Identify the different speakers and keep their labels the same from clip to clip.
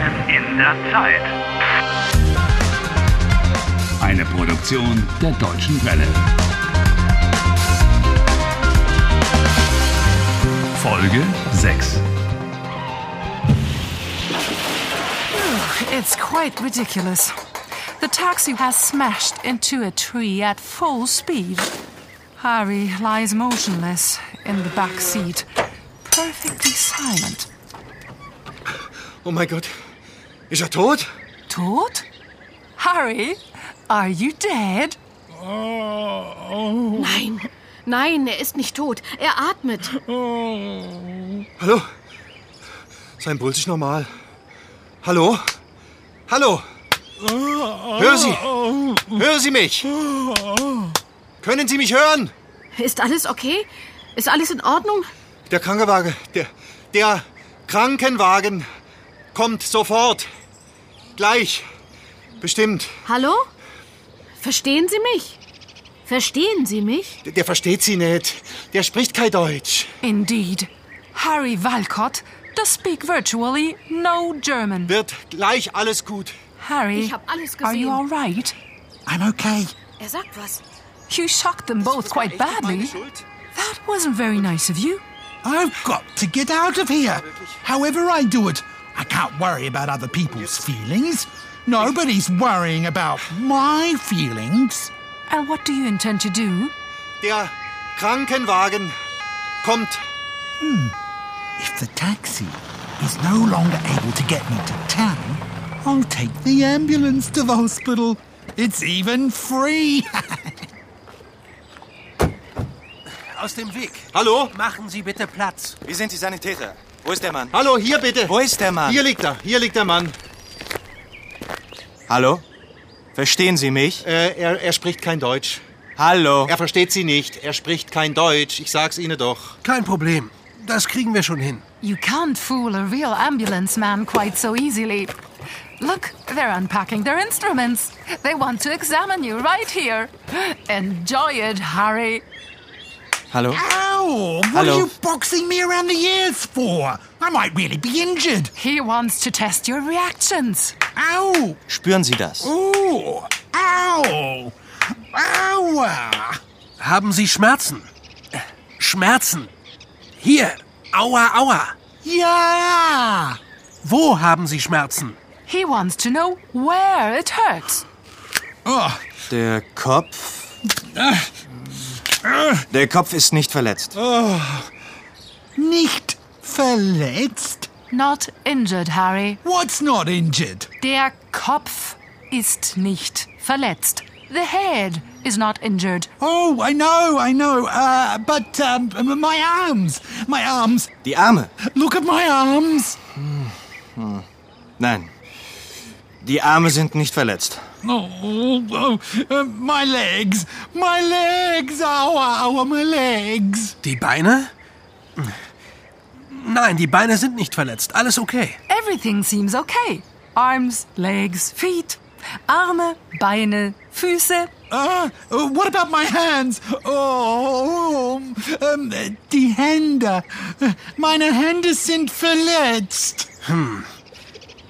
Speaker 1: der Zeit.
Speaker 2: Eine Produktion der Deutschen Welle. Folge 6.
Speaker 3: It's quite ridiculous. The taxi has smashed into a tree at full speed. Harry lies motionless in the back seat, perfectly silent.
Speaker 4: Oh mein Gott. Ist er tot?
Speaker 3: Tot? Harry, are you dead?
Speaker 5: Nein, nein, er ist nicht tot. Er atmet.
Speaker 4: Hallo? Sein Puls ist normal. Hallo? Hallo? Hören Sie! Hören Sie mich! Können Sie mich hören?
Speaker 5: Ist alles okay? Ist alles in Ordnung?
Speaker 4: Der Krankenwagen, der, der Krankenwagen kommt sofort. Gleich. Bestimmt.
Speaker 5: Hallo? Verstehen Sie mich? Verstehen Sie mich?
Speaker 4: Der, der versteht Sie nicht. Der spricht kein Deutsch.
Speaker 3: Indeed. Harry Walcott does speak virtually no German.
Speaker 4: Wird gleich alles gut.
Speaker 3: Harry,
Speaker 5: Ich hab alles
Speaker 3: are you
Speaker 5: gesehen.
Speaker 3: all right?
Speaker 6: I'm okay.
Speaker 5: Er sagt was.
Speaker 3: You shocked them both quite badly.
Speaker 4: Schuld?
Speaker 3: That wasn't very nice of you.
Speaker 6: I've got to get out of here. However, I do it. I can't worry about other people's feelings. Nobody's worrying about my feelings.
Speaker 3: And what do you intend to do?
Speaker 4: Der Krankenwagen kommt.
Speaker 6: If the taxi is no longer able to get me to town, I'll take the ambulance to the hospital. It's even free.
Speaker 7: Aus dem Weg.
Speaker 4: Hallo?
Speaker 7: Machen Sie bitte Platz.
Speaker 8: Wir sind die Sanitäter. Wo ist der Mann?
Speaker 4: Hallo, hier bitte.
Speaker 8: Wo ist der Mann?
Speaker 4: Hier liegt er. Hier liegt der Mann.
Speaker 8: Hallo? Verstehen Sie mich?
Speaker 4: Äh, er, er spricht kein Deutsch.
Speaker 8: Hallo?
Speaker 4: Er versteht Sie nicht. Er spricht kein Deutsch. Ich sag's Ihnen doch.
Speaker 7: Kein Problem. Das kriegen wir schon hin.
Speaker 3: You can't fool a real ambulance man quite so easily. Look, they're unpacking their instruments. They want to examine you right here. Enjoy it, Harry.
Speaker 8: Hallo?
Speaker 6: Ow! What
Speaker 8: Hello.
Speaker 6: are you boxing me around the ears for? I might really be injured.
Speaker 3: He wants to test your reactions.
Speaker 6: Ow!
Speaker 8: Spüren Sie das?
Speaker 7: Uh,
Speaker 6: Ooh! Ow! Ow!
Speaker 7: Haben Sie Schmerzen? Schmerzen. Hier. Aua, aua.
Speaker 6: Yeah!
Speaker 7: Wo haben Sie Schmerzen?
Speaker 3: He wants to know where it hurts.
Speaker 6: Oh,
Speaker 8: Der Kopf. Der Kopf ist nicht verletzt.
Speaker 6: nicht verletzt?
Speaker 3: Not injured, Harry.
Speaker 6: What's not injured?
Speaker 3: Der Kopf ist nicht verletzt. The head is not injured.
Speaker 6: Oh, I know, I know. Uh, but um, my arms, my arms.
Speaker 8: Die Arme.
Speaker 6: Look at my arms.
Speaker 8: Nein. Die Arme sind nicht verletzt.
Speaker 6: Oh, oh uh, my legs, my legs. Ow, ow, my legs.
Speaker 7: Die Beine? Nein, die Beine sind nicht verletzt. Alles okay.
Speaker 3: Everything seems okay. Arms, legs, feet. Arme, Beine, Füße.
Speaker 6: Uh, uh, what about my hands? Oh, um, die Hände. Meine Hände sind verletzt.
Speaker 7: Hm.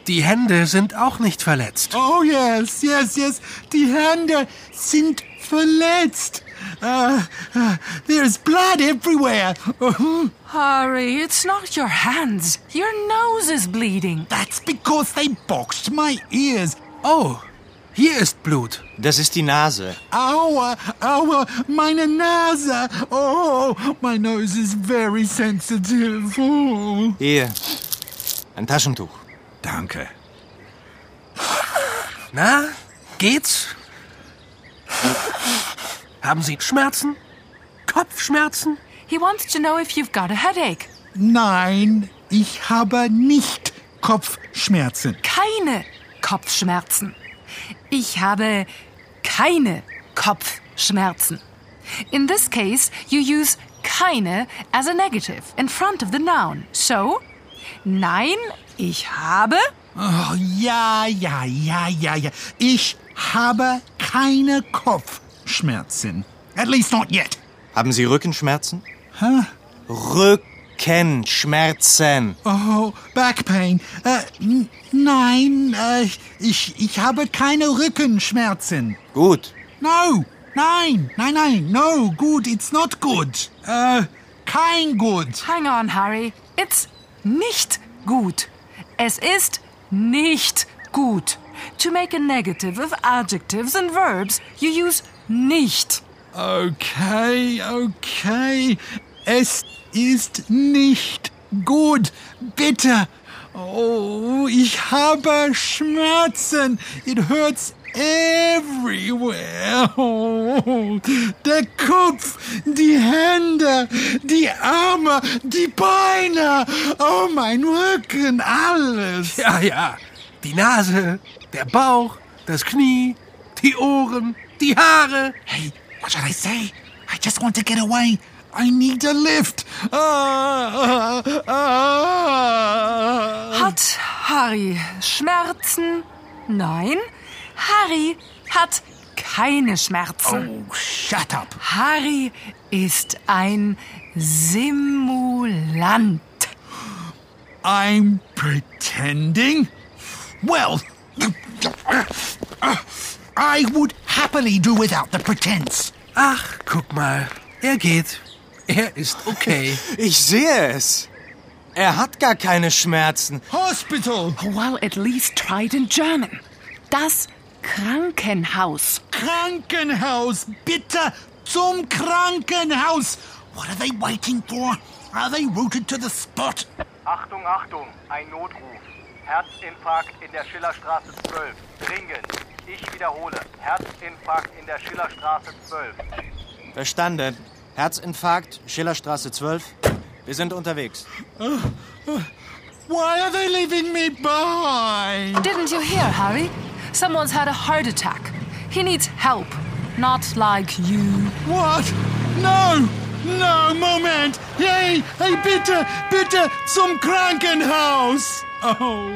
Speaker 7: Die Hände sind auch nicht verletzt.
Speaker 6: Oh yes, yes, yes. Die Hände sind verletzt. Uh, uh, there's blood everywhere.
Speaker 3: Harry, it's not your hands. Your nose is bleeding.
Speaker 6: That's because they boxed my ears.
Speaker 7: Oh, hier ist Blut.
Speaker 8: Das ist die Nase.
Speaker 6: Aua, aua, meine Nase. Oh, my nose is very sensitive. Oh.
Speaker 8: Hier. Ein Taschentuch.
Speaker 7: Danke. Na, geht's? Haben Sie Schmerzen? Kopfschmerzen?
Speaker 3: He wants to know if you've got a headache.
Speaker 6: Nein, ich habe nicht Kopfschmerzen.
Speaker 3: Keine Kopfschmerzen. Ich habe keine Kopfschmerzen. In this case, you use keine as a negative in front of the noun. So, nein, ich habe.
Speaker 6: Oh, ja, ja, ja, ja, ja. Ich habe keine Kopfschmerzen. At least not yet.
Speaker 8: Haben Sie Rückenschmerzen? Hä? Becken, Schmerzen.
Speaker 6: Oh, back pain. Äh, n- nein, äh, ich, ich habe keine Rückenschmerzen.
Speaker 8: Gut.
Speaker 6: No, nein, nein, nein, no, good, it's not good. Äh, kein gut.
Speaker 3: Hang on, Harry. It's nicht gut. Es ist nicht gut. To make a negative of adjectives and verbs, you use nicht.
Speaker 6: Okay, okay. Es ist nicht gut. Bitte. Oh, ich habe Schmerzen. It hurts everywhere. Oh, der Kopf, die Hände, die Arme, die Beine. Oh, mein Rücken, alles.
Speaker 7: Ja, ja. Die Nase, der Bauch, das Knie, die Ohren, die Haare.
Speaker 6: Hey, what should I say? I just want to get away. I need a lift. Ah, ah, ah.
Speaker 3: Hat Harry Schmerzen? Nein, Harry hat keine
Speaker 6: Oh,
Speaker 3: Schmerzen.
Speaker 6: shut up.
Speaker 3: Harry ist ein Simulant.
Speaker 6: I'm pretending? Well, I would happily do without the pretense.
Speaker 7: Ach, guck mal. Er geht. Er ist okay.
Speaker 8: Ich sehe es. Er hat gar keine Schmerzen.
Speaker 6: Hospital,
Speaker 3: Well, at least try it in German. Das Krankenhaus.
Speaker 6: Krankenhaus, bitte zum Krankenhaus. What are they waiting for? Are they rooted to the spot?
Speaker 1: Achtung, Achtung, ein Notruf. Herzinfarkt in der Schillerstraße 12. Dringend. Ich wiederhole. Herzinfarkt in der Schillerstraße 12.
Speaker 8: Verstanden. Herzinfarkt, Schillerstraße 12. Wir sind unterwegs.
Speaker 6: Why are they leaving me behind?
Speaker 3: Didn't you hear, Harry? Someone's had a heart attack. He needs help. Not like you.
Speaker 6: What? No! No, Moment! Hey, hey, bitte, bitte zum Krankenhaus! Oh,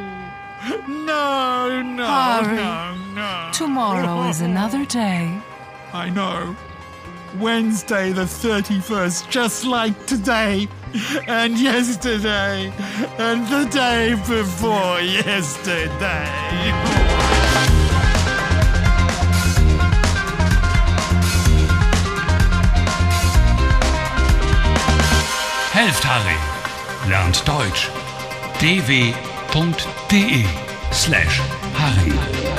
Speaker 6: no, no,
Speaker 3: Harry.
Speaker 6: no, no.
Speaker 3: Tomorrow is another day.
Speaker 6: I know. Wednesday the 31st, just like today, and yesterday, and the day before yesterday.
Speaker 2: Helft Harry. Lernt Deutsch. dw.de slash Harry.